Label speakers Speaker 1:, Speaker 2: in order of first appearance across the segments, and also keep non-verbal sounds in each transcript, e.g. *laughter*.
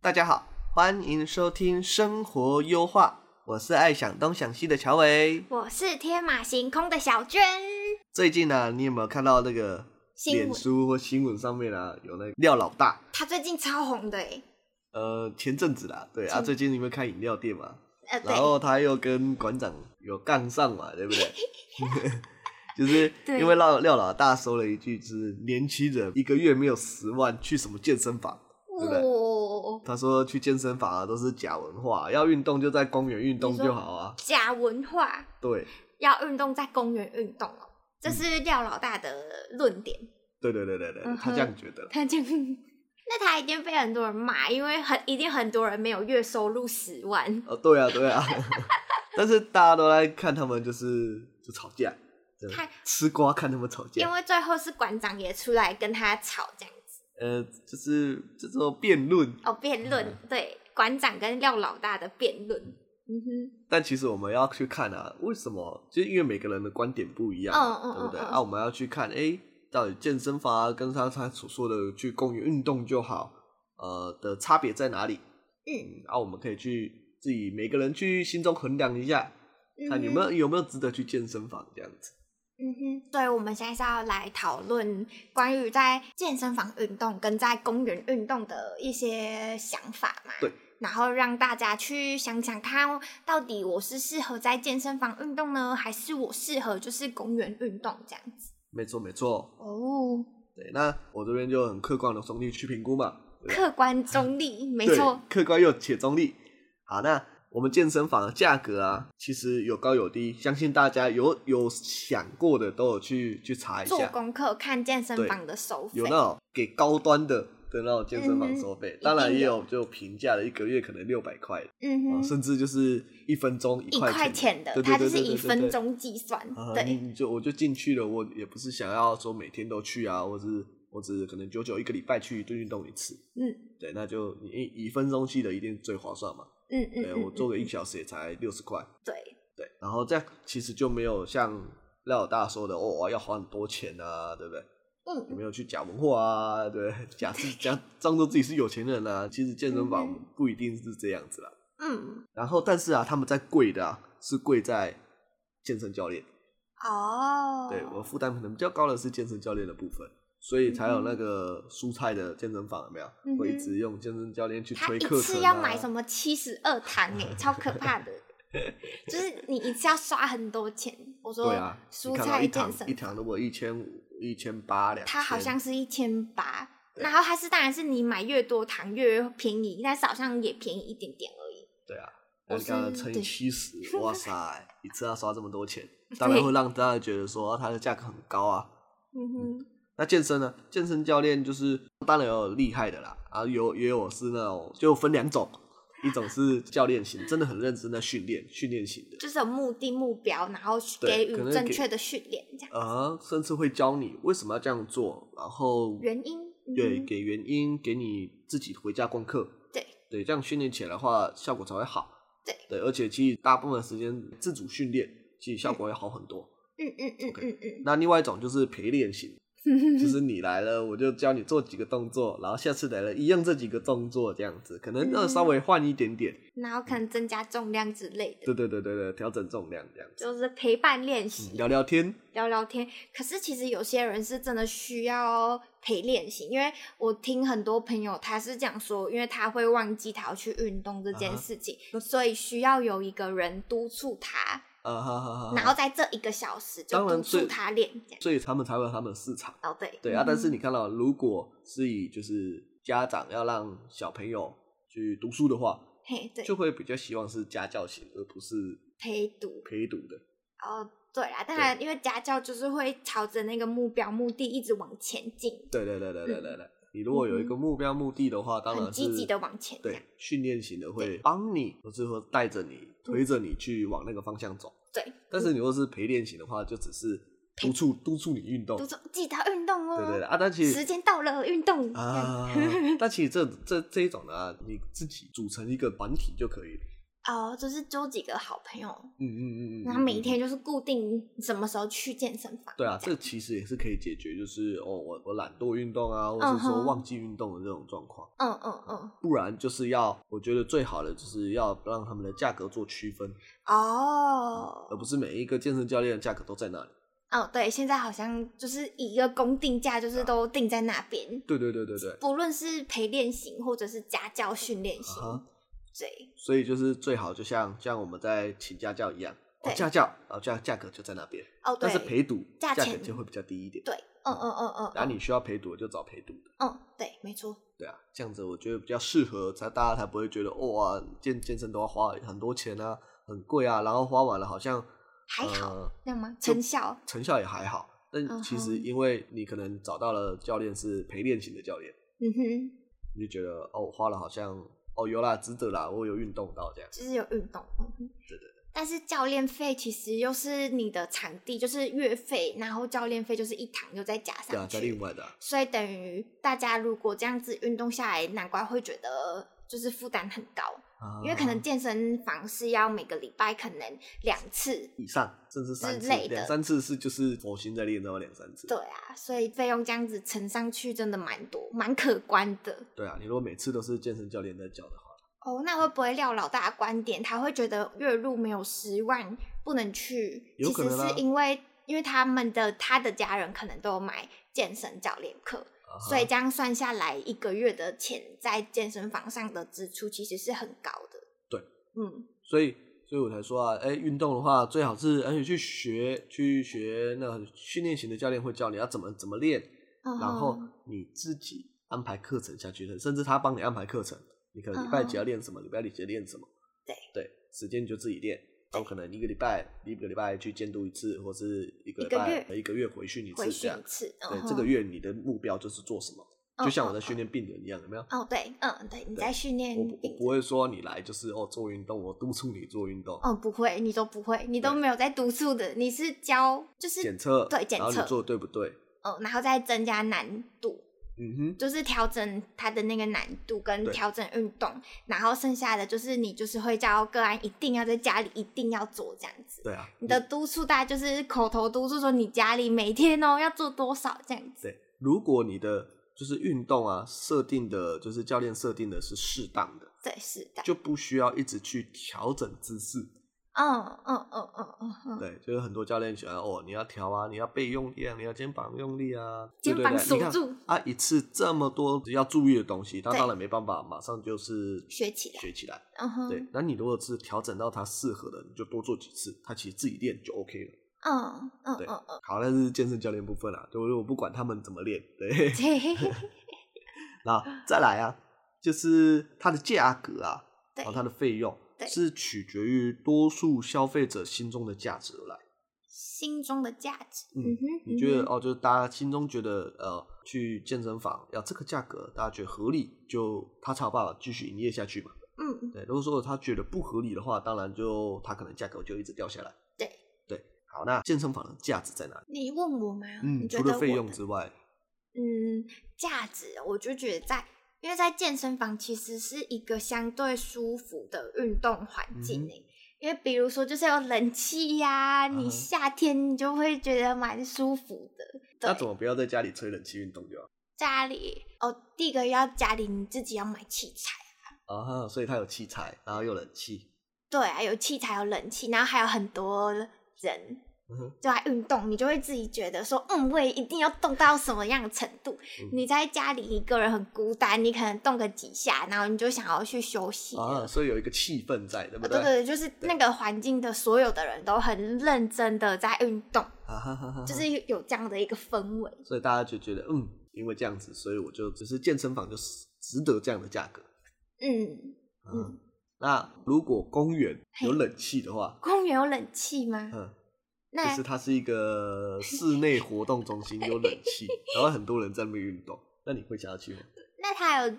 Speaker 1: 大家好，欢迎收听《生活优化》，我是爱想东想西的乔伟。
Speaker 2: 我是天马行空的小娟。
Speaker 1: 最近呢、你有没有看到那个
Speaker 2: 新闻
Speaker 1: 脸书或新闻上面啊，有那个廖老大？
Speaker 2: 她最近超红的欸诶，
Speaker 1: 呃，前阵子啦，对啊，
Speaker 2: 前
Speaker 1: 最近你们开饮料店嘛，
Speaker 2: 呃，
Speaker 1: 然
Speaker 2: 对，
Speaker 1: 后他又跟馆长有杠上嘛，对不
Speaker 2: *laughs*
Speaker 1: 对？就是
Speaker 2: 对
Speaker 1: 因为廖廖老大说了一句，就是年轻人一个月没有十万，去什么健身房？对不对
Speaker 2: 哇，
Speaker 1: 他说去健身房啊都是假文化，要运动就在公园运动
Speaker 2: 你说
Speaker 1: 就好啊。
Speaker 2: 假文化
Speaker 1: 对，
Speaker 2: 要运动在公园运动哦，这是廖老大的论点。
Speaker 1: 对对对对对，
Speaker 2: 嗯
Speaker 1: 他
Speaker 2: 哼
Speaker 1: 这样觉得啦。
Speaker 2: 他就，那他一定被很多人骂，因为很一定很多人没有月收入十万。
Speaker 1: 哦，对啊，对啊， *laughs* 但是大家都在看他们就是就吵架，对
Speaker 2: 看
Speaker 1: 吃瓜看他们吵
Speaker 2: 因
Speaker 1: 架，
Speaker 2: 为最后是馆长也出来跟他吵这样子
Speaker 1: 呃，就是这种辩论。
Speaker 2: 哦，辩论、
Speaker 1: 嗯
Speaker 2: 对馆长跟廖老大的辩论，嗯哼，
Speaker 1: 但其实我们要去看啊，为什么？就是因为每个人的观点不一样嘛，
Speaker 2: 嗯嗯
Speaker 1: 对不对？
Speaker 2: 嗯嗯
Speaker 1: 啊，我们要去看，哎，到底健身房啊，跟他他所说的去公园运动就好，呃的差别在哪里？
Speaker 2: 嗯，
Speaker 1: 啊，我们可以去自己每个人去心中衡量一下，
Speaker 2: 嗯
Speaker 1: 看有
Speaker 2: 哼
Speaker 1: 没有有没有值得去健身房这样子。
Speaker 2: 嗯哼，对，我们现在是要来讨论关于在健身房运动跟在公园运动的一些想法嘛。
Speaker 1: 对。
Speaker 2: 然后让大家去想想看，哦到底我是适合在健身房运动呢，还是我适合就是公园运动这样子？
Speaker 1: 没错，没错。
Speaker 2: 哦，
Speaker 1: 对，那我这边就很客观的中立去评估嘛，对吧
Speaker 2: 客观
Speaker 1: *laughs*
Speaker 2: 中立，没
Speaker 1: 对
Speaker 2: 错。，
Speaker 1: 客观又且中立。好，那我们健身房的价格啊，其实有高有低，相信大家有有想过的都有去去查一
Speaker 2: 做
Speaker 1: 下，
Speaker 2: 功课看健身
Speaker 1: 对
Speaker 2: 房的收费
Speaker 1: 有，那种给高端的的那种健身房收费，
Speaker 2: 嗯哼
Speaker 1: 当然
Speaker 2: 一定
Speaker 1: 也有就平价的，一个月可能六百块，
Speaker 2: 嗯
Speaker 1: 啊
Speaker 2: 哼，
Speaker 1: 甚至就是一分钟一
Speaker 2: 一
Speaker 1: 块
Speaker 2: 块
Speaker 1: 钱
Speaker 2: 钱的
Speaker 1: 对，对
Speaker 2: 它
Speaker 1: 对
Speaker 2: 就是
Speaker 1: 对对
Speaker 2: 以
Speaker 1: 对
Speaker 2: 分
Speaker 1: 对
Speaker 2: 钟计算，
Speaker 1: 啊，你
Speaker 2: 对，
Speaker 1: 你就我就进去了，我也不是想要说每天都去啊，我只是我只是可能久久一个礼拜去运动一次，
Speaker 2: 嗯，
Speaker 1: 对，那就你以以分钟计的一定最划算嘛，
Speaker 2: 嗯嗯
Speaker 1: 对
Speaker 2: 嗯，
Speaker 1: 我
Speaker 2: 嗯
Speaker 1: 做个一小时也才六十块，
Speaker 2: 对，
Speaker 1: 对，然后这样其实就没有像廖老大说的哦要花很多钱啊，对不对？
Speaker 2: 嗯
Speaker 1: 有没有去假文化啊？对不 *laughs* 对，假是假装作自己是有钱人啊，其实健身
Speaker 2: 嗯
Speaker 1: 房不一定是这样子啦。
Speaker 2: 嗯，
Speaker 1: 然后但是啊，他们在贵的啊是贵在健身教练。
Speaker 2: 哦，
Speaker 1: 对我负担可能比较高的是健身教练的部分，所以才有那
Speaker 2: 嗯哼
Speaker 1: 个蔬菜的健身房有没有？
Speaker 2: 嗯哼
Speaker 1: 会一直用健身教练去
Speaker 2: 他
Speaker 1: 推
Speaker 2: 一
Speaker 1: 课程、啊。
Speaker 2: 次要买什么七十二堂
Speaker 1: *laughs*
Speaker 2: 哎、超可怕的。就是你一次要刷很多钱，我说
Speaker 1: 对啊，你
Speaker 2: 蔬
Speaker 1: 看到一
Speaker 2: 菜
Speaker 1: 堂
Speaker 2: 健身，
Speaker 1: 一堂如果一千五、一千八、两，
Speaker 2: 它好像是一千八，然后它是当然是你买越多堂越便宜，但是好像也便宜一点点而已。
Speaker 1: 对啊，
Speaker 2: 我
Speaker 1: 那你刚刚
Speaker 2: 是
Speaker 1: 乘以
Speaker 2: 对
Speaker 1: 七
Speaker 2: *laughs*
Speaker 1: 十，哇塞，一次要刷这么多钱，当然会让大家觉得说它的价格很高啊。
Speaker 2: 嗯
Speaker 1: 那健身呢？健身教练就是当然有厉害的啦，啊，有也有是那种就分两种，一种是教练型，真的很认真的训练，训练型的
Speaker 2: 哼，，就是有目的目标，然后去
Speaker 1: 对
Speaker 2: 给
Speaker 1: 可能给
Speaker 2: 予正确的训练，这样
Speaker 1: 啊，甚至会教你为什么要这样做，然后
Speaker 2: 原因。嗯
Speaker 1: 对
Speaker 2: 哼
Speaker 1: 给原因，给你自己回家功课。
Speaker 2: 对
Speaker 1: 对，这样训练起来的话，效果才会好。
Speaker 2: 对
Speaker 1: 对，而且其实大部分时间自主训练，其实效果会好很多。
Speaker 2: 嗯嗯嗯嗯嗯
Speaker 1: 那另外一种就是陪练型，
Speaker 2: 嗯， *laughs*
Speaker 1: 就是你来了，我就教你做几个动作，然后下次来了，一样这几个动作这样子，可能要
Speaker 2: 嗯
Speaker 1: 稍微换一点点。
Speaker 2: 然后可能增加重量之类的，
Speaker 1: 嗯对对对对对，调整重量这样子，
Speaker 2: 就是陪伴练习
Speaker 1: 嗯。聊聊天。
Speaker 2: 聊聊天。可是其实有些人是真的需要陪练习，因为我听很多朋友他是讲说，因为他会忘记他要去运动这
Speaker 1: 啊
Speaker 2: 件
Speaker 1: 哈
Speaker 2: 事情，所以需要有一个人督促他，
Speaker 1: 啊哈哈哈哈。
Speaker 2: 然后在这一个小时就
Speaker 1: 当然
Speaker 2: 督
Speaker 1: 最
Speaker 2: 促他练这样。
Speaker 1: 所以他们才会有他们的市场。
Speaker 2: 哦，对，
Speaker 1: 对啊，但是
Speaker 2: 嗯
Speaker 1: 你看到，如果是以就是家长要让小朋友去读书的话，
Speaker 2: 嘿，对，
Speaker 1: 就会比较希望是家教型，而不是
Speaker 2: 陪读，
Speaker 1: 陪读的。
Speaker 2: 哦，对啦，当然，因为家教就是会朝着那个目标目的一直往前进，
Speaker 1: 对对对对对对对，你如果有一个目标目的的话，当
Speaker 2: 嗯很
Speaker 1: 然是
Speaker 2: 积极的往前这
Speaker 1: 对
Speaker 2: 样。
Speaker 1: 训练型的会帮你，或是说带着你、
Speaker 2: 嗯
Speaker 1: 推着你去往那个方向走。
Speaker 2: 对，
Speaker 1: 但是你若是陪练型的话，就只是督促督促你运动，
Speaker 2: 都
Speaker 1: 对
Speaker 2: 说记得要运动哦，
Speaker 1: 对对啊。但其
Speaker 2: 时
Speaker 1: 实
Speaker 2: 间到了运动。这样
Speaker 1: 啊，但其实这这这一种呢、你自己组成一个团体就可以了。
Speaker 2: 哦，就是揪几个好朋友，
Speaker 1: 嗯嗯嗯嗯。
Speaker 2: 然后每
Speaker 1: 嗯
Speaker 2: 一
Speaker 1: 嗯
Speaker 2: 天就是固定什么时候去健身房。
Speaker 1: 对啊，
Speaker 2: 这
Speaker 1: 这
Speaker 2: 样
Speaker 1: 其实也是可以解决，就是哦，我我懒惰运动啊，或者是
Speaker 2: 嗯
Speaker 1: 说
Speaker 2: 哼
Speaker 1: 忘记运动的这种状况。
Speaker 2: 嗯嗯嗯，
Speaker 1: 不然就是要，我觉得最好的就是要让他们的价格做区分，而
Speaker 2: 哦，
Speaker 1: 不是每一个健身教练的价格都在那里。
Speaker 2: 哦，对，现在好像就是以一个公定价，
Speaker 1: 啊
Speaker 2: 就是都定在那边，
Speaker 1: 对对对对对，
Speaker 2: 不论是陪练型或者是家教训练型，
Speaker 1: 啊哈
Speaker 2: 对，
Speaker 1: 所以就是最好就像像我们在请家教一样，哦
Speaker 2: 对
Speaker 1: 家教，然后价价格就在那边，
Speaker 2: 哦对，
Speaker 1: 但是陪啊读价
Speaker 2: 价
Speaker 1: 格
Speaker 2: 钱
Speaker 1: 就会比较低一点。
Speaker 2: 对，嗯嗯嗯嗯，
Speaker 1: 然
Speaker 2: 嗯
Speaker 1: 后你需要陪读就找陪读的，
Speaker 2: 嗯，对，没错，
Speaker 1: 对啊，这样子我觉得比较适合，才大家才不会觉得哇、健健身都要花很多钱啊，很贵啊，然后花完了好像
Speaker 2: 还好
Speaker 1: 呃
Speaker 2: 那样吗？
Speaker 1: 就
Speaker 2: 成效
Speaker 1: 成效也还好。但
Speaker 2: 嗯
Speaker 1: 其实
Speaker 2: 哼
Speaker 1: 因为你可能找到了教练是陪练型的教练，
Speaker 2: 嗯哼，
Speaker 1: 你就觉得哦，我花了好像哦有啦，值得啦，我有运动到这样。
Speaker 2: 就是有运动，嗯哼，
Speaker 1: 对对
Speaker 2: 但是教练费其实又是你的场地，就是月费，然后教练费就是一堂又再加上去，
Speaker 1: 对啊，在另外的啊、
Speaker 2: 所以等于大家如果这样子运动下来，难怪会觉得就是负担很高，
Speaker 1: 啊
Speaker 2: 因为可能健身房是要每个礼拜可能两次，
Speaker 1: 以上甚至三
Speaker 2: 之
Speaker 1: 次，
Speaker 2: 类的
Speaker 1: 两三次是就是佛心在练，然后两三次。
Speaker 2: 对啊，所以费用这样子乘上去真的蛮多，蛮可观的。
Speaker 1: 对啊，你如果每次都是健身教练在教的话，
Speaker 2: 哦，那会不会廖老大的观点，他会觉得月入没有十万不能去？
Speaker 1: 有可能
Speaker 2: 其
Speaker 1: 啊
Speaker 2: 实是因为因为他们的他的家人可能都有买健身教练课，
Speaker 1: 啊哈
Speaker 2: 所以这样算下来，一个月的钱在健身房上的支出其实是很高的。
Speaker 1: 对，
Speaker 2: 嗯，
Speaker 1: 所以所以我才说啊，哎，运动的话最好是而且去学去学那种训练型的教练会教你要怎么怎么练，然后
Speaker 2: 嗯
Speaker 1: 你自己安排课程下去的，甚至他帮你安排课程，你可能礼拜几要练什么，礼拜几要练什么，
Speaker 2: 嗯对
Speaker 1: 对，时间你就自己练。然后可能一个礼拜一个礼拜去监督一次，或是一个
Speaker 2: 一
Speaker 1: 礼
Speaker 2: 个
Speaker 1: 拜
Speaker 2: 月
Speaker 1: 一个月回训一次
Speaker 2: 回
Speaker 1: 这
Speaker 2: 训
Speaker 1: 样
Speaker 2: 一。次，
Speaker 1: 对
Speaker 2: 嗯，哼
Speaker 1: 这个月你的目标就是做什么，就像我在训。
Speaker 2: 嗯嗯
Speaker 1: 练病人一样，有没有？
Speaker 2: 嗯哦，对，嗯，对，你
Speaker 1: 对
Speaker 2: 在训练
Speaker 1: 我不
Speaker 2: 病
Speaker 1: 我不会说你来就是哦做运动，我督促你做运动，
Speaker 2: 嗯，不会，你都不会，你都
Speaker 1: 对
Speaker 2: 没有在读书的，你是教就是
Speaker 1: 检测
Speaker 2: 对检
Speaker 1: 然后你
Speaker 2: 测
Speaker 1: 做的对不对？
Speaker 2: 哦，然后再增加难度，
Speaker 1: 嗯哼，
Speaker 2: 就是调整它的那个难度跟
Speaker 1: 对
Speaker 2: 调整运动，然后剩下的就是你就是会叫个案一定要在家里一定要做这样子。
Speaker 1: 对啊，
Speaker 2: 你的督促大家就是口头督促说你家里每天哦要做多少这样子。
Speaker 1: 对，如果你的就是运动啊设定的，就是教练设定的是适当的，
Speaker 2: 对，是的。
Speaker 1: 就不需要一直去调整姿势。
Speaker 2: 嗯嗯嗯嗯嗯嗯，
Speaker 1: 对，就是很多教练喜欢哦，你要调啊，你要背用力啊，你要肩膀用力啊，
Speaker 2: 肩
Speaker 1: 对对
Speaker 2: 膀
Speaker 1: 对
Speaker 2: 锁
Speaker 1: 你看
Speaker 2: 住
Speaker 1: 啊，一次这么多要注意的东西，他
Speaker 2: 对
Speaker 1: 当然没办法马上就是
Speaker 2: 学起来
Speaker 1: 学起来。
Speaker 2: 嗯哼，
Speaker 1: 对，那你如果是调整到他适合的，你就多做几次，他其实自己练就 OK 了。
Speaker 2: 嗯嗯
Speaker 1: 对
Speaker 2: 嗯嗯，
Speaker 1: 好，那是健身教练部分啦、就是我不管他们怎么练，对， *laughs*
Speaker 2: 嘿嘿嘿，
Speaker 1: 那再来啊，就是它的价格啊，*laughs*
Speaker 2: 对
Speaker 1: 然后它的费用
Speaker 2: 对
Speaker 1: 是取决于多数消费者心中的价值而来。
Speaker 2: 心中的价值。
Speaker 1: 嗯
Speaker 2: 嗯哼，
Speaker 1: 你觉得
Speaker 2: 嗯哼
Speaker 1: 哦，就是大家心中觉得呃，去健身房要这个价格，大家觉得合理，就他才有办法继续营业下去嘛。
Speaker 2: 嗯，
Speaker 1: 对，如果说他觉得不合理的话，当然就他可能价格就一直掉下来。
Speaker 2: 对
Speaker 1: 对，好，那健身房的价值在哪里？
Speaker 2: 你问我吗？
Speaker 1: 嗯，
Speaker 2: 你觉
Speaker 1: 除了
Speaker 2: 得
Speaker 1: 费
Speaker 2: 我
Speaker 1: 用
Speaker 2: 的
Speaker 1: 之外，
Speaker 2: 嗯，价值我就觉得在，因为在健身房其实是一个相对舒服的运动环境
Speaker 1: 嗯哼
Speaker 2: 诶、因为比如说就是有冷气呀、
Speaker 1: 嗯哼
Speaker 2: 你夏天你就会觉得蛮舒服的。
Speaker 1: 那怎么不要在家里吹冷气运动就好
Speaker 2: 家里哦，第一个要家里你自己要买器材，
Speaker 1: 啊哈？所以它有器材，然后有冷气，
Speaker 2: 对啊，有器材有冷气，然后还有很多人
Speaker 1: 嗯哼
Speaker 2: 就来运动，你就会自己觉得说，嗯，我也一定要动到什么样的程度。
Speaker 1: 嗯
Speaker 2: 你在家里一个人很孤单，你可能动个几下，然后你就想要去休息了。
Speaker 1: 啊，所以有一个气氛在，对不
Speaker 2: 啊对对，就是那个环境的所有的人都很认真的在运动，
Speaker 1: 啊哈哈哈哈
Speaker 2: 就是有这样的一个氛围。
Speaker 1: 所以大家就觉得，嗯，因为这样子，所以我就只是健身房就是值得这样的价格。啊
Speaker 2: 嗯，
Speaker 1: 嗯，那如果公园有冷气的话，
Speaker 2: 公园有冷气吗？
Speaker 1: 嗯，
Speaker 2: 那
Speaker 1: 就是它是一个室内活动中心，有冷气，然后很多人在那边运动。那你会想要去吗？
Speaker 2: 那它有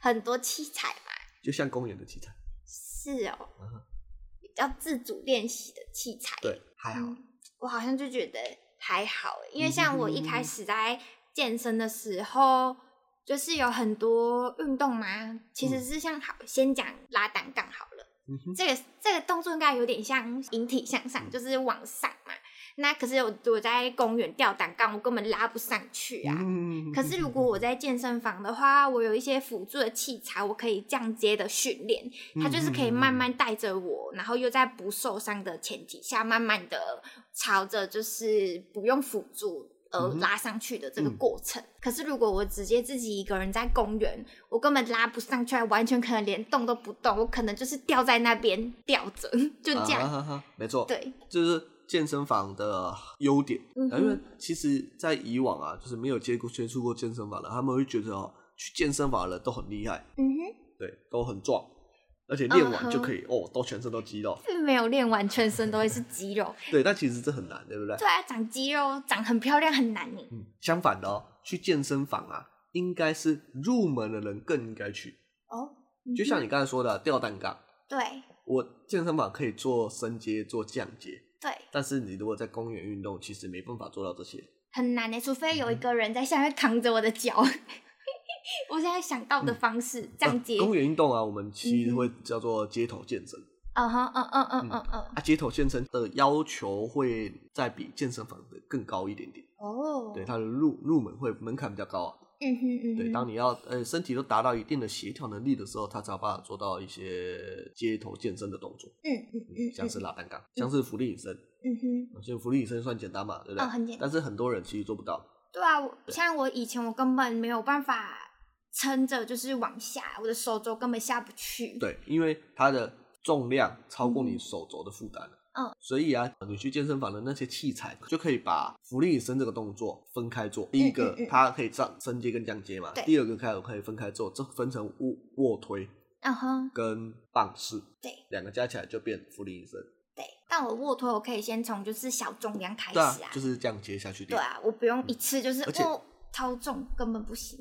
Speaker 2: 很多器材吗？
Speaker 1: 就像公园的器材，
Speaker 2: 是哦
Speaker 1: 嗯哼，
Speaker 2: 比较自主练习的器材。
Speaker 1: 对，还好。
Speaker 2: 嗯我好像就觉得还好欸，因为像我一
Speaker 1: 嗯
Speaker 2: 开始在健身的时候，就是有很多运动嘛，其实
Speaker 1: 嗯
Speaker 2: 是像好，先讲拉单杠好了，
Speaker 1: 嗯哼，嗯
Speaker 2: 这个这个动作应该有点像引体向上，就是往上嘛。那可是我我在公园吊单杠，我根本拉不上去啊。
Speaker 1: 嗯
Speaker 2: 可是如果我在健身房的话，我有一些辅助的器材，我可以降阶的训练，
Speaker 1: 嗯
Speaker 2: 它就是可以慢慢带着我，然后又在不受伤的前提下，慢慢的朝着就是不用辅助。而
Speaker 1: 嗯
Speaker 2: 拉上去的这个
Speaker 1: 嗯
Speaker 2: 过程，可是如果我直接自己一个人在公园，我根本拉不上去，完全可能连动都不动，我可能就是吊在那边吊着，就这样。
Speaker 1: 啊哈哈没错，
Speaker 2: 对，
Speaker 1: 就是健身房的优点。
Speaker 2: 嗯哼
Speaker 1: 因为其实，在以往啊，就是没有接过接触过健身房的，他们会觉得哦，去健身房的人都很厉害，
Speaker 2: 嗯哼，
Speaker 1: 对，都很壮，而且练
Speaker 2: 嗯哼
Speaker 1: 完就可以、哦，都全身都肌肉。
Speaker 2: 并没有练完全身都会是肌肉，
Speaker 1: 对，但其实这很难，对不对？
Speaker 2: 对啊，长肌肉长很漂亮很难呢。欸
Speaker 1: 嗯，相反的哦，去健身房啊，应该是入门的人更应该去。
Speaker 2: 哦，
Speaker 1: 就
Speaker 2: 嗯
Speaker 1: 像你刚才说的，吊单杠，
Speaker 2: 哼对
Speaker 1: 我健身房可以做升阶、做降阶，
Speaker 2: 对，
Speaker 1: 但是你如果在公园运动，其实没办法做到这些。
Speaker 2: 很难欸呢，除非
Speaker 1: 嗯
Speaker 2: 有一个人在下面扛着我的脚。 *laughs* 我现在想到的方式，降阶
Speaker 1: 嗯呃，公园运动啊，我们其实
Speaker 2: 嗯哼
Speaker 1: 会叫做街头健身、
Speaker 2: 嗯哼，嗯嗯嗯嗯嗯，
Speaker 1: 啊。街头健身的要求会再比健身房的更高一点点，
Speaker 2: 哦，
Speaker 1: 对，它的入入门会门槛比较高、啊。
Speaker 2: 嗯哼嗯哼，
Speaker 1: 对，当你要呃身体都达到一定的协调能力的时候，它才有办法做到一些街头健身的动作，
Speaker 2: 嗯嗯嗯，
Speaker 1: 像是拉单杠，像是浮力隐身。
Speaker 2: 嗯哼，
Speaker 1: 其实浮力隐身算简单嘛，对不对？
Speaker 2: 嗯很简单
Speaker 1: 但是很多人其实做不到。
Speaker 2: 对啊，我像我以前我根本没有办法撑着，就是往下，我的手肘根本下不去。，
Speaker 1: 对，因为它的重量超过你手肘的负担了
Speaker 2: 嗯，
Speaker 1: 所以啊，你去健身房的那些器材就可以把浮力隐身这个动作分开做。第一个
Speaker 2: 嗯嗯，
Speaker 1: 它可以上升阶跟降阶嘛
Speaker 2: 对；
Speaker 1: 第二个，它有可以分开做，这分成卧卧推
Speaker 2: 嗯哼，
Speaker 1: 跟棒式，
Speaker 2: 对
Speaker 1: 两个加起来就变浮力隐身。
Speaker 2: 对，但我卧推我可以先从就是小重量开始
Speaker 1: 对啊
Speaker 2: 啊，，
Speaker 1: 就是降阶下去
Speaker 2: 对
Speaker 1: 练。
Speaker 2: 啊，我不用一次就是
Speaker 1: 而且
Speaker 2: 哦超重根本不行。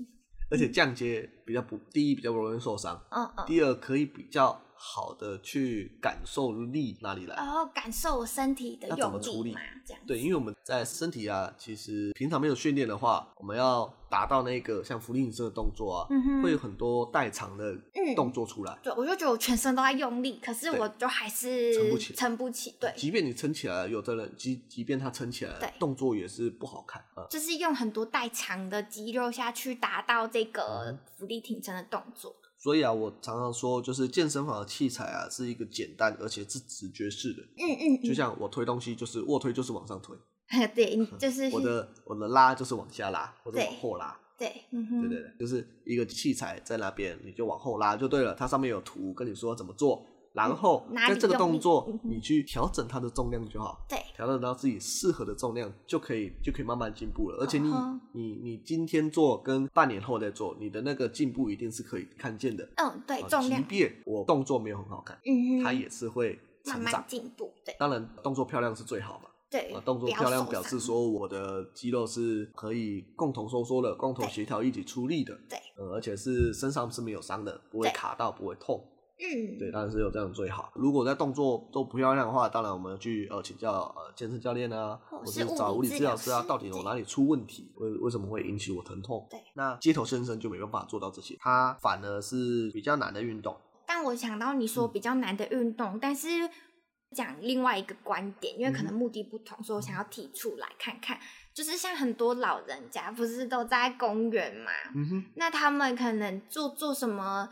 Speaker 1: 而且降阶比较不，第一比较不容易受伤，
Speaker 2: 嗯嗯，
Speaker 1: 第二可以比较好的去感受力哪里来。
Speaker 2: 然后感受我身体的
Speaker 1: 那怎么
Speaker 2: 用
Speaker 1: 处
Speaker 2: 力
Speaker 1: 理
Speaker 2: 嘛，这样
Speaker 1: 对，因为我们在身体啊，其实平常没有训练的话，我们要达到那个像浮力引身的动作啊，
Speaker 2: 嗯哼嗯
Speaker 1: 会有很多代偿的动作出来。
Speaker 2: 对，我就觉得我全身都在用力，可是
Speaker 1: 对
Speaker 2: 我就还是
Speaker 1: 撑不起来
Speaker 2: 撑不起对，
Speaker 1: 即便你撑起来了，有的人即即便他撑起来了
Speaker 2: 对，
Speaker 1: 动作也是不好看啊。
Speaker 2: 就是用很多代偿的肌肉下去达到这
Speaker 1: 嗯
Speaker 2: 个浮力挺身的动作。
Speaker 1: 所以啊，我常常说，就是健身房的器材啊，是一个简单而且是直觉式的，
Speaker 2: 嗯嗯，
Speaker 1: 就像我推东西，就是卧推就是往上推，
Speaker 2: 嗯 *laughs* 对，你就是
Speaker 1: 我的我的拉就是往下拉或者
Speaker 2: 对
Speaker 1: 往后拉，
Speaker 2: 对，嗯
Speaker 1: 对
Speaker 2: 哼，
Speaker 1: 对对，就是一个器材在那边，你就往后拉就对了。它上面有图跟你说怎么做，然后
Speaker 2: 嗯哪
Speaker 1: 在
Speaker 2: 里
Speaker 1: 这个动
Speaker 2: 用
Speaker 1: 作
Speaker 2: 力嗯哼
Speaker 1: 你去调整它的重量就好，
Speaker 2: 对
Speaker 1: 调整到自己适合的重量就可以就可以慢慢进步了。而且你
Speaker 2: 嗯哼
Speaker 1: 你你今天做跟半年后再做，你的那个进步一定是可以看见的。
Speaker 2: 嗯对，
Speaker 1: 啊
Speaker 2: 重
Speaker 1: 即
Speaker 2: 量，
Speaker 1: 便我动作没有很好看，
Speaker 2: 嗯哼，
Speaker 1: 它也是会
Speaker 2: 慢
Speaker 1: 成
Speaker 2: 慢
Speaker 1: 长。
Speaker 2: 进步，对
Speaker 1: 当然，动作漂亮是最好嘛。
Speaker 2: 对
Speaker 1: 啊，，动作
Speaker 2: 不要
Speaker 1: 漂亮
Speaker 2: 受
Speaker 1: 表示
Speaker 2: 伤，
Speaker 1: 说我的肌肉是可以共同收缩的、共同
Speaker 2: 对
Speaker 1: 协调一起出力的。
Speaker 2: 对，
Speaker 1: 呃，而且是身上是没有伤的，不会
Speaker 2: 对
Speaker 1: 卡到，不会痛。
Speaker 2: 嗯，
Speaker 1: 对，当然是有这样最好。如果在动作都不漂亮的话，当然我们去呃请教呃健身教练啊，
Speaker 2: 或
Speaker 1: 或
Speaker 2: 哦是
Speaker 1: 是找
Speaker 2: 物
Speaker 1: 物
Speaker 2: 理
Speaker 1: 理
Speaker 2: 治
Speaker 1: 治疗
Speaker 2: 疗
Speaker 1: 师啊，
Speaker 2: 师
Speaker 1: 到底我
Speaker 2: 对
Speaker 1: 哪里出问题，为为什么会引起我疼痛？
Speaker 2: 对
Speaker 1: 那街头健身就没办法做到这些，它反而是比较难的运动。
Speaker 2: 但我想到你
Speaker 1: 嗯
Speaker 2: 说比较难的运动，但是讲另外一个观点，
Speaker 1: 嗯
Speaker 2: 因为可能目的不同，所以我想要提出来看看。就是像很多老人家不是都在公园嘛，
Speaker 1: 嗯哼，
Speaker 2: 那他们可能做做什么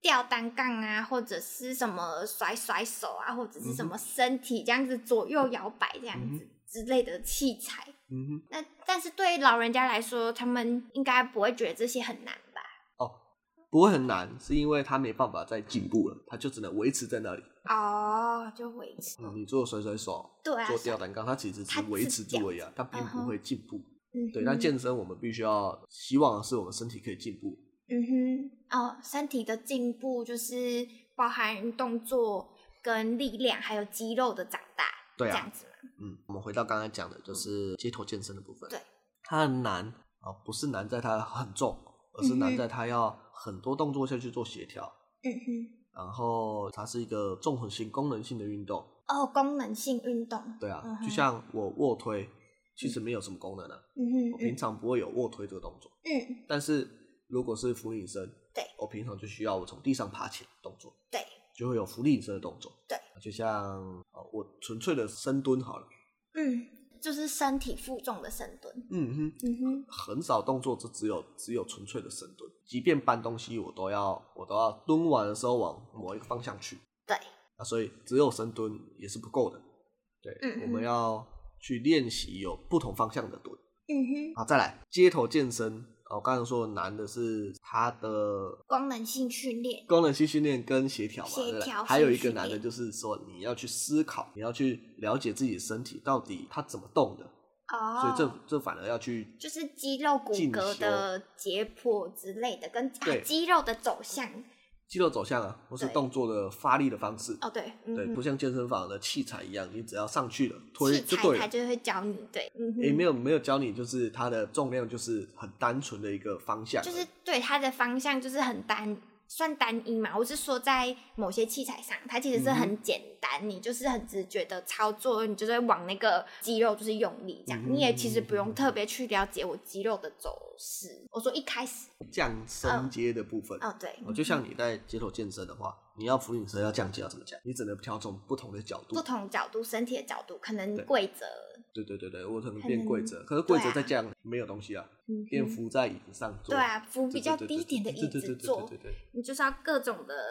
Speaker 2: 吊单杠啊，或者是什么甩甩手啊，或者是
Speaker 1: 嗯
Speaker 2: 什么身体这样子左右摇摆这样子之类的器材。
Speaker 1: 嗯哼。
Speaker 2: 那但是对老人家来说，他们应该不会觉得这些很难吧？
Speaker 1: 哦不会很难，是因为他没办法再进步了，他就只能维持在那里。
Speaker 2: 哦，就维持，
Speaker 1: 嗯、你做甩甩手，
Speaker 2: 对啊，
Speaker 1: 做吊单杠，它其实只是
Speaker 2: 它
Speaker 1: 维
Speaker 2: 是
Speaker 1: 持
Speaker 2: 这
Speaker 1: 住而
Speaker 2: 样
Speaker 1: 已啊，它并
Speaker 2: 嗯
Speaker 1: 不
Speaker 2: 哼
Speaker 1: 会进步。
Speaker 2: 嗯
Speaker 1: 对，但
Speaker 2: 哼
Speaker 1: 健身我们必须要希望的是我们身体可以进步。
Speaker 2: 嗯哼，哦，身体的进步就是包含动作跟力量，还有肌肉的长大，
Speaker 1: 对啊
Speaker 2: 这样子嘛。
Speaker 1: 嗯，我们回到刚才讲的，就是街头健身的部分。
Speaker 2: 对，
Speaker 1: 它很难啊，不是难在它很重，而是
Speaker 2: 嗯
Speaker 1: 难
Speaker 2: 哼
Speaker 1: 在它要很多动作下去做协调。
Speaker 2: 嗯哼，
Speaker 1: 然后它是一个综合性功能性的运动，
Speaker 2: 哦，功能性运动，
Speaker 1: 对啊
Speaker 2: 嗯，哼
Speaker 1: 就像我卧推，其实没有什么功能啊，
Speaker 2: 嗯哼
Speaker 1: 我平常不会有卧推这个动作，
Speaker 2: 嗯，
Speaker 1: 但是如果是俯卧撑，
Speaker 2: 对，
Speaker 1: 我平常就需要我从地上爬起来的动作，
Speaker 2: 对，
Speaker 1: 就会有俯卧撑的动作，
Speaker 2: 对，
Speaker 1: 就像呃我纯粹的深蹲好了，
Speaker 2: 嗯，就是身体负重的深蹲，
Speaker 1: 嗯哼，
Speaker 2: 嗯哼，
Speaker 1: 很少动作，就只有只有纯粹的深蹲，即便搬东西我都要我都要蹲完的时候往某一个方向去，
Speaker 2: 对，
Speaker 1: 啊，所以只有深蹲也是不够的。对，
Speaker 2: 嗯
Speaker 1: 我
Speaker 2: 嗯
Speaker 1: 们要去练习有不同方向的蹲。
Speaker 2: 嗯哼，
Speaker 1: 啊，再来街头健身。啊我刚才说的难的是它的
Speaker 2: 功能性训练，
Speaker 1: 功能性训练跟协调嘛，
Speaker 2: 协
Speaker 1: 对不对
Speaker 2: 调性
Speaker 1: 还有一个
Speaker 2: 训
Speaker 1: 难的
Speaker 2: 练
Speaker 1: 就是说你要去思考，你要去了解自己的身体到底它怎么动的，
Speaker 2: 哦，
Speaker 1: 所以这这反而要去
Speaker 2: 就是肌肉骨
Speaker 1: 进
Speaker 2: 骼
Speaker 1: 修
Speaker 2: 的解剖之类的，跟啊
Speaker 1: 对
Speaker 2: 肌肉的走向，
Speaker 1: 肌肉走向啊，或是
Speaker 2: 对
Speaker 1: 动作的发力的方式。
Speaker 2: 哦，对，嗯
Speaker 1: 对，
Speaker 2: 哼
Speaker 1: 不像健身房的器材一样，你只要上去了推
Speaker 2: 器
Speaker 1: 就
Speaker 2: 材
Speaker 1: 对
Speaker 2: 他
Speaker 1: 了。
Speaker 2: 就会教你，对，嗯哼
Speaker 1: 也没有没有教你，就是它的重量就是很单纯的一个方向而已，
Speaker 2: 就是对它的方向就是很单，算单一嘛。我是说在某些器材上，它其实是
Speaker 1: 嗯
Speaker 2: 很简单，你就是很直觉的操作，你就是往那个肌肉就是用力这样，
Speaker 1: 嗯
Speaker 2: 你也其实不用特别去了解我肌肉的走势。我说一开始，
Speaker 1: 降升阶的部分。
Speaker 2: 哦对，
Speaker 1: 哦就像你在街头健身的话，你要俯卧撑要降阶要怎么降？你只能调整不同的角度
Speaker 2: 不。同角度、身体的角度，可能
Speaker 1: 对
Speaker 2: 跪着，
Speaker 1: 对对对对，我可能
Speaker 2: 可
Speaker 1: 变
Speaker 2: 能
Speaker 1: 跪着，可是跪着
Speaker 2: 对啊
Speaker 1: 再降没有东西啊，
Speaker 2: 嗯
Speaker 1: 变
Speaker 2: 哼
Speaker 1: 伏在椅子上坐。
Speaker 2: 对啊，扶
Speaker 1: 对，对
Speaker 2: 比较
Speaker 1: 对
Speaker 2: 低一
Speaker 1: 对
Speaker 2: 点的
Speaker 1: 对
Speaker 2: 椅
Speaker 1: 对对
Speaker 2: 子
Speaker 1: 对
Speaker 2: 坐
Speaker 1: 对，对对，
Speaker 2: 你就是要各种的
Speaker 1: 啊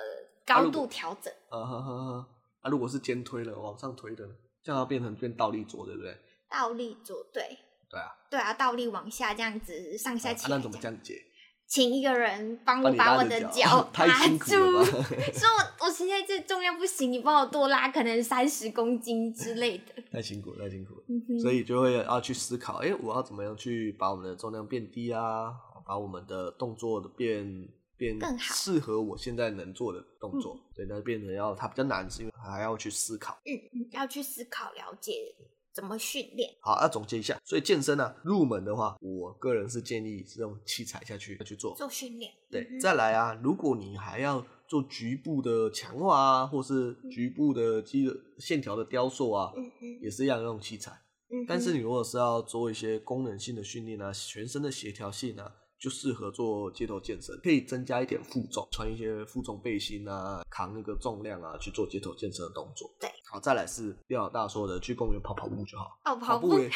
Speaker 2: 高
Speaker 1: 如果
Speaker 2: 度调整。
Speaker 1: 啊哈哈哈。啊，如果是肩推的，往上推的呢，这样要变成变倒立坐，对不对？
Speaker 2: 倒立坐，对。
Speaker 1: 对啊，
Speaker 2: 对啊，倒立往下这样子上下
Speaker 1: 啊
Speaker 2: 起
Speaker 1: 啊
Speaker 2: 来这
Speaker 1: 那
Speaker 2: 样、
Speaker 1: 怎么降阶？
Speaker 2: 请一个人帮
Speaker 1: 帮
Speaker 2: 我
Speaker 1: 你
Speaker 2: 把
Speaker 1: 拉
Speaker 2: 我
Speaker 1: 着
Speaker 2: 的
Speaker 1: 脚 *laughs* 太
Speaker 2: 拉
Speaker 1: 辛
Speaker 2: 住，
Speaker 1: 苦
Speaker 2: 所以
Speaker 1: 了
Speaker 2: *laughs*
Speaker 1: 吧
Speaker 2: 我我现在这重量不行，你帮我多拉可能三十公斤之类的。
Speaker 1: 太辛苦了，太辛苦了。
Speaker 2: 嗯哼
Speaker 1: 所以就会要去思考，哎、我要怎么样去把我们的重量变低啊，把我们的动作的变变
Speaker 2: 更好
Speaker 1: 适合我现在能做的动作。对，那变成要它比较难，是因为还要去思考。
Speaker 2: 嗯，要去思考了解怎么训练。
Speaker 1: 好，要总结一下，所以健身呢、入门的话，我个人是建议是用器材下去去做。
Speaker 2: 做训练，
Speaker 1: 对，
Speaker 2: 嗯哼
Speaker 1: 再来啊，如果你还要做局部的强化啊，或是局部的肌肉线条的雕塑啊，
Speaker 2: 嗯哼
Speaker 1: 也是一样用器材。
Speaker 2: 嗯哼
Speaker 1: 但是你如果是要做一些功能性的训练啊，全身的协调性啊，就适合做街头健身，可以增加一点负重，穿一些负重背心啊，扛那个重量啊，去做街头健身的动作。
Speaker 2: 对，
Speaker 1: 好，再来是廖老大说的，去公园跑跑步就好。
Speaker 2: 哦，跑
Speaker 1: 步
Speaker 2: 步
Speaker 1: 嘞，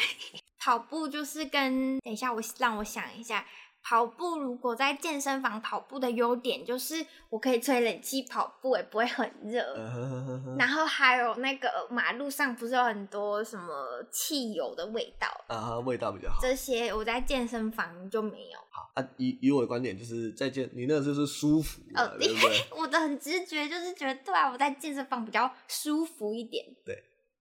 Speaker 2: 跑步就是跟等一下我让我想一下，跑步如果在健身房跑步的优点就是我可以吹冷气跑步，也不会很热。
Speaker 1: 呃
Speaker 2: 然后还有那个马路上不是有很多什么汽油的味道，
Speaker 1: 啊，味道比较好
Speaker 2: 这些我在健身房就没有。
Speaker 1: 啊。以以我的观点，就是在健，你那个就是舒服啊，
Speaker 2: 哦
Speaker 1: 对不对？
Speaker 2: *laughs* 我的很直觉就是觉得，对啊，我在健身房比较舒服一点。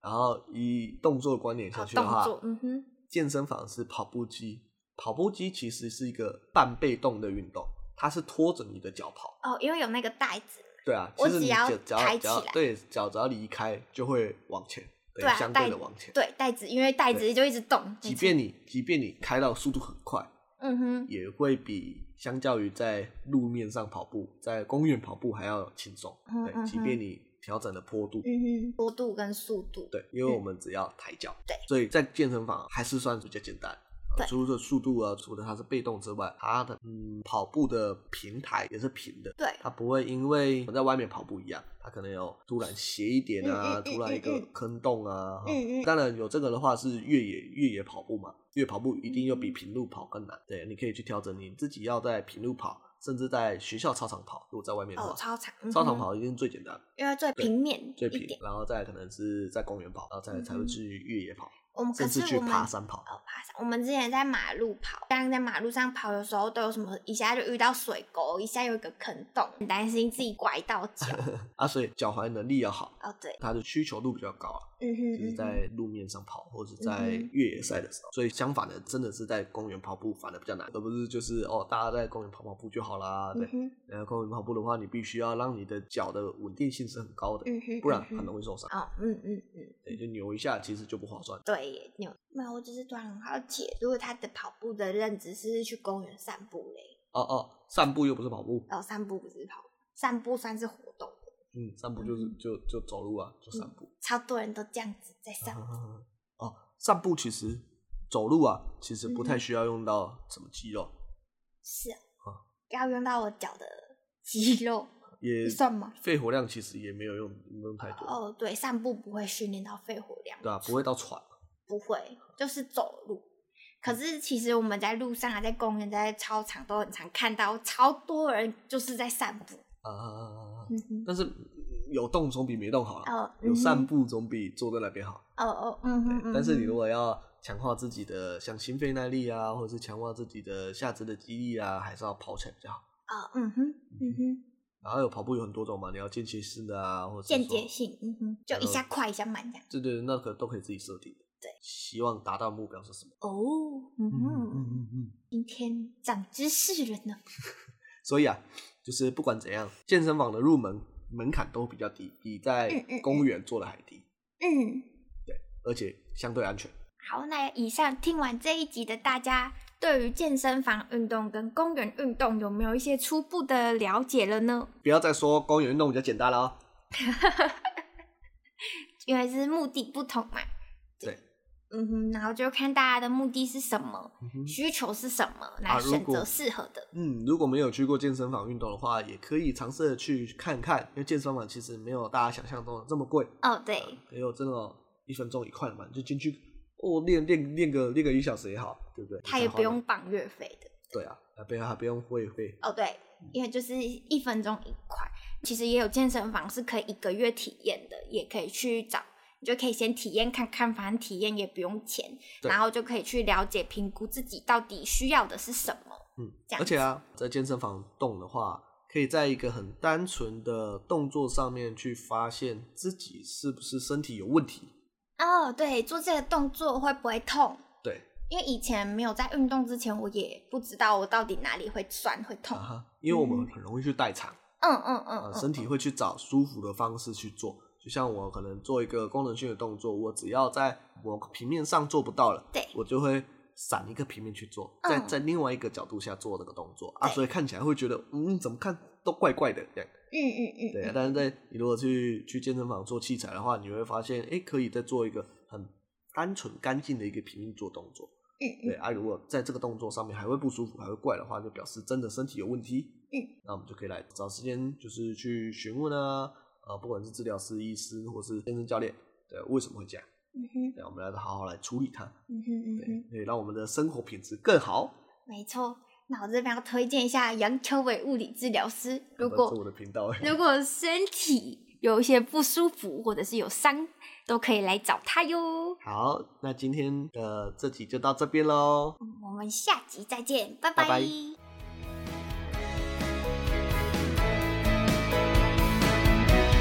Speaker 1: 然后以动作的观点下
Speaker 2: 哦，
Speaker 1: 去的
Speaker 2: 动
Speaker 1: 话，
Speaker 2: 作，嗯哼，
Speaker 1: 健身房是跑步机，跑步机其实是一个半被动的运动，它是拖着你的脚跑。
Speaker 2: 哦，因为有那个袋子，
Speaker 1: 对啊，
Speaker 2: 我
Speaker 1: 其实你
Speaker 2: 只要
Speaker 1: 脚只要
Speaker 2: 抬
Speaker 1: 只要
Speaker 2: 起来
Speaker 1: 对脚只要离开就会往前，对，
Speaker 2: 对啊
Speaker 1: 相对
Speaker 2: 带
Speaker 1: 的往前。
Speaker 2: 对，袋子，因为袋子就一直动。
Speaker 1: 即
Speaker 2: 没错
Speaker 1: 便你即便你开到速度很快，
Speaker 2: 嗯哼，
Speaker 1: 也会比相较于在路面上跑步，在公园跑步还要轻松。
Speaker 2: 嗯
Speaker 1: 对，
Speaker 2: 嗯
Speaker 1: 即便你调整了坡度，
Speaker 2: 嗯哼，坡度跟速度，
Speaker 1: 对，因为我们只要抬脚，
Speaker 2: 对
Speaker 1: 所以在健身房还是算比较简单。啊
Speaker 2: 对
Speaker 1: 除了速度啊，除了它是被动之外，它的嗯跑步的平台也是平的，
Speaker 2: 对
Speaker 1: 它不会因为在外面跑步一样，它可能有突然斜一点啊，
Speaker 2: 嗯嗯嗯
Speaker 1: 突然一个坑洞啊。哈
Speaker 2: 嗯嗯
Speaker 1: 当然有这个的话是越野越野跑步嘛，越野跑步一定又比
Speaker 2: 嗯
Speaker 1: 平路跑更难。对，你可以去调整你自己要在平路跑，甚至在学校操场跑。如果在外面的
Speaker 2: 哦，
Speaker 1: 话，
Speaker 2: 操场，嗯哼
Speaker 1: 操场，跑一定最简单。
Speaker 2: 因为最
Speaker 1: 对
Speaker 2: 平面
Speaker 1: 最
Speaker 2: 一
Speaker 1: 平
Speaker 2: 点，，
Speaker 1: 然后再可能是在公园跑，然后再才会
Speaker 2: 嗯哼
Speaker 1: 至于越野跑。
Speaker 2: 我们可
Speaker 1: 甚至去
Speaker 2: 我们
Speaker 1: 爬山跑。
Speaker 2: 哦，爬山。我们之前在马路跑，像在马路上跑的时候，都有什么一下就遇到水沟，一下有一个坑洞，很担心自己拐到
Speaker 1: *laughs*
Speaker 2: 脚。
Speaker 1: 啊，所以脚踝能力要好，
Speaker 2: 哦，对，
Speaker 1: 它的需求度比较高啊，
Speaker 2: 嗯哼，
Speaker 1: 就是
Speaker 2: 嗯哼
Speaker 1: 在路面上跑或者在
Speaker 2: 嗯哼
Speaker 1: 越野赛的时候。所以相反的，真的是在公园跑步反而比较难，而不是就是哦，大家在公园跑跑步就好啦。对
Speaker 2: 嗯，哼，
Speaker 1: 然后公园跑步的话，你必须要让你的脚的稳定性是很高的，
Speaker 2: 嗯哼，
Speaker 1: 不然
Speaker 2: 嗯哼
Speaker 1: 很容易受伤。
Speaker 2: 哦，嗯嗯嗯，
Speaker 1: 对，就扭一下其实就不划算。
Speaker 2: 对耶，你有没有？我只是突然很好奇，如果他的跑步的认知是去公园散步嘞，
Speaker 1: 哦哦，散步又不是跑步，
Speaker 2: 哦，散步不是跑步，散步算是活动，
Speaker 1: 嗯，散步就是就就走路啊，就散步。
Speaker 2: 超多人都这样子在嗯散步。
Speaker 1: 哦，散步其实走路啊，其实不太
Speaker 2: 嗯
Speaker 1: 需要用到什么肌肉，
Speaker 2: 是啊
Speaker 1: 啊，
Speaker 2: 要用到我脚的肌肉，
Speaker 1: 也
Speaker 2: 算吗？
Speaker 1: 肺活量其实也没有用没有用太多，
Speaker 2: 哦，对，散步不会训练到肺活量，
Speaker 1: 对啊，不会到喘。
Speaker 2: 不会，就是走路。
Speaker 1: 嗯
Speaker 2: 可是其实我们在路上啊，在公园、在操场都很常看到超多人就是在散步。
Speaker 1: 啊，
Speaker 2: 嗯哼，
Speaker 1: 但是有动总比没动好了，
Speaker 2: 哦，
Speaker 1: 啊有
Speaker 2: 嗯
Speaker 1: 散步总比坐在那边好。
Speaker 2: 哼，哦哦，嗯哼，嗯哼
Speaker 1: 但是你如果要强化自己的像心肺耐力啊，或者是强化自己的下肢的肌力啊，还是要跑起来比较好。
Speaker 2: 哦，嗯哼，嗯哼，
Speaker 1: 然后有跑步有很多种嘛，你要间歇式的啊，或者是
Speaker 2: 间接
Speaker 1: 说
Speaker 2: 性，嗯哼，就一下快一下慢这样。
Speaker 1: 对对，那个都可以自己设定。
Speaker 2: 对，
Speaker 1: 希望达到目标是什么？
Speaker 2: 哦，嗯哼，
Speaker 1: 嗯嗯。
Speaker 2: 今天长知识了呢。
Speaker 1: 所以啊，就是不管怎样，健身房的入门门槛都比较低，比在
Speaker 2: 嗯嗯嗯
Speaker 1: 公园做的还低，
Speaker 2: 嗯。
Speaker 1: 而且相对安全。
Speaker 2: 好，那以上听完这一集的大家，对于健身房运动跟公园运动有没有一些初步的了解了呢？
Speaker 1: 不要再说公园运动比较简单了哦。
Speaker 2: 因为是目的不同嘛。
Speaker 1: 对。
Speaker 2: 嗯哼，然后就看大家的目的是什么，
Speaker 1: 嗯哼
Speaker 2: 需求是什么，
Speaker 1: 啊
Speaker 2: 来
Speaker 1: 如
Speaker 2: 选
Speaker 1: 果
Speaker 2: 择适合的。
Speaker 1: 嗯，如果没有去过健身房运动的话，也可以尝试的去看看，因为健身房其实没有大家想象中的这么贵，
Speaker 2: 哦，对，
Speaker 1: 也有真的哦一分钟一块嘛，你就进去哦练练练个练个一小时也好，对不对？
Speaker 2: 他也不用绑月费的。
Speaker 1: 对啊，啊不用还不用会费，
Speaker 2: 哦，对，
Speaker 1: 嗯
Speaker 2: 因为就是一分钟一块。其实也有健身房是可以一个月体验的，也可以去找，你就可以先体验看看，反正体验也不用钱，
Speaker 1: 对
Speaker 2: 然后就可以去了解评估自己到底需要的是什么。
Speaker 1: 嗯
Speaker 2: 这，样
Speaker 1: 而且啊，在健身房动的话，可以在一个很单纯的动作上面去发现自己是不是身体有问题。
Speaker 2: 哦，对，做这个动作会不会痛？
Speaker 1: 对，
Speaker 2: 因为以前没有在运动之前，我也不知道我到底哪里会酸会痛
Speaker 1: 啊。哈，因为我们很容易去代偿，
Speaker 2: 嗯嗯嗯
Speaker 1: 啊，
Speaker 2: 嗯，
Speaker 1: 身体会去找舒服的方式去做。就像我可能做一个功能性的动作，我只要在某个平面上做不到了，
Speaker 2: 对
Speaker 1: 我就会闪一个平面去做，
Speaker 2: 嗯
Speaker 1: 在在另外一个角度下做那个动作啊，
Speaker 2: 对
Speaker 1: 所以看起来会觉得，嗯，怎么看都怪怪的这样。
Speaker 2: 嗯嗯
Speaker 1: 对
Speaker 2: 嗯
Speaker 1: 啊，
Speaker 2: 嗯，
Speaker 1: 但是在你如果去去健身房做器材的话，你会发现，哎，可以再做一个很单纯干净的一个平面做动作。
Speaker 2: 嗯
Speaker 1: 对啊，如果在这个动作上面还会不舒服，还会怪的话，就表示真的身体有问题。
Speaker 2: 嗯，
Speaker 1: 那我们就可以来找时间，就是去询问啊，啊，不管是治疗师、医师或是健身教练，对，为什么会这样？
Speaker 2: 嗯哼，
Speaker 1: 对，我们来好好来处理它，
Speaker 2: 嗯哼嗯
Speaker 1: 对，
Speaker 2: 哼，
Speaker 1: 可以让我们的生活品质更好。
Speaker 2: 没错。那我这边要推荐一下杨秋伟物理治疗师，如
Speaker 1: 不然是我
Speaker 2: 果
Speaker 1: 的频道， *laughs*
Speaker 2: 如果身体有一些不舒服或者是有伤，都可以来找他哟。
Speaker 1: 好，那今天的这集就到这边喽。
Speaker 2: 嗯我们下集再见，
Speaker 1: 拜拜
Speaker 2: 拜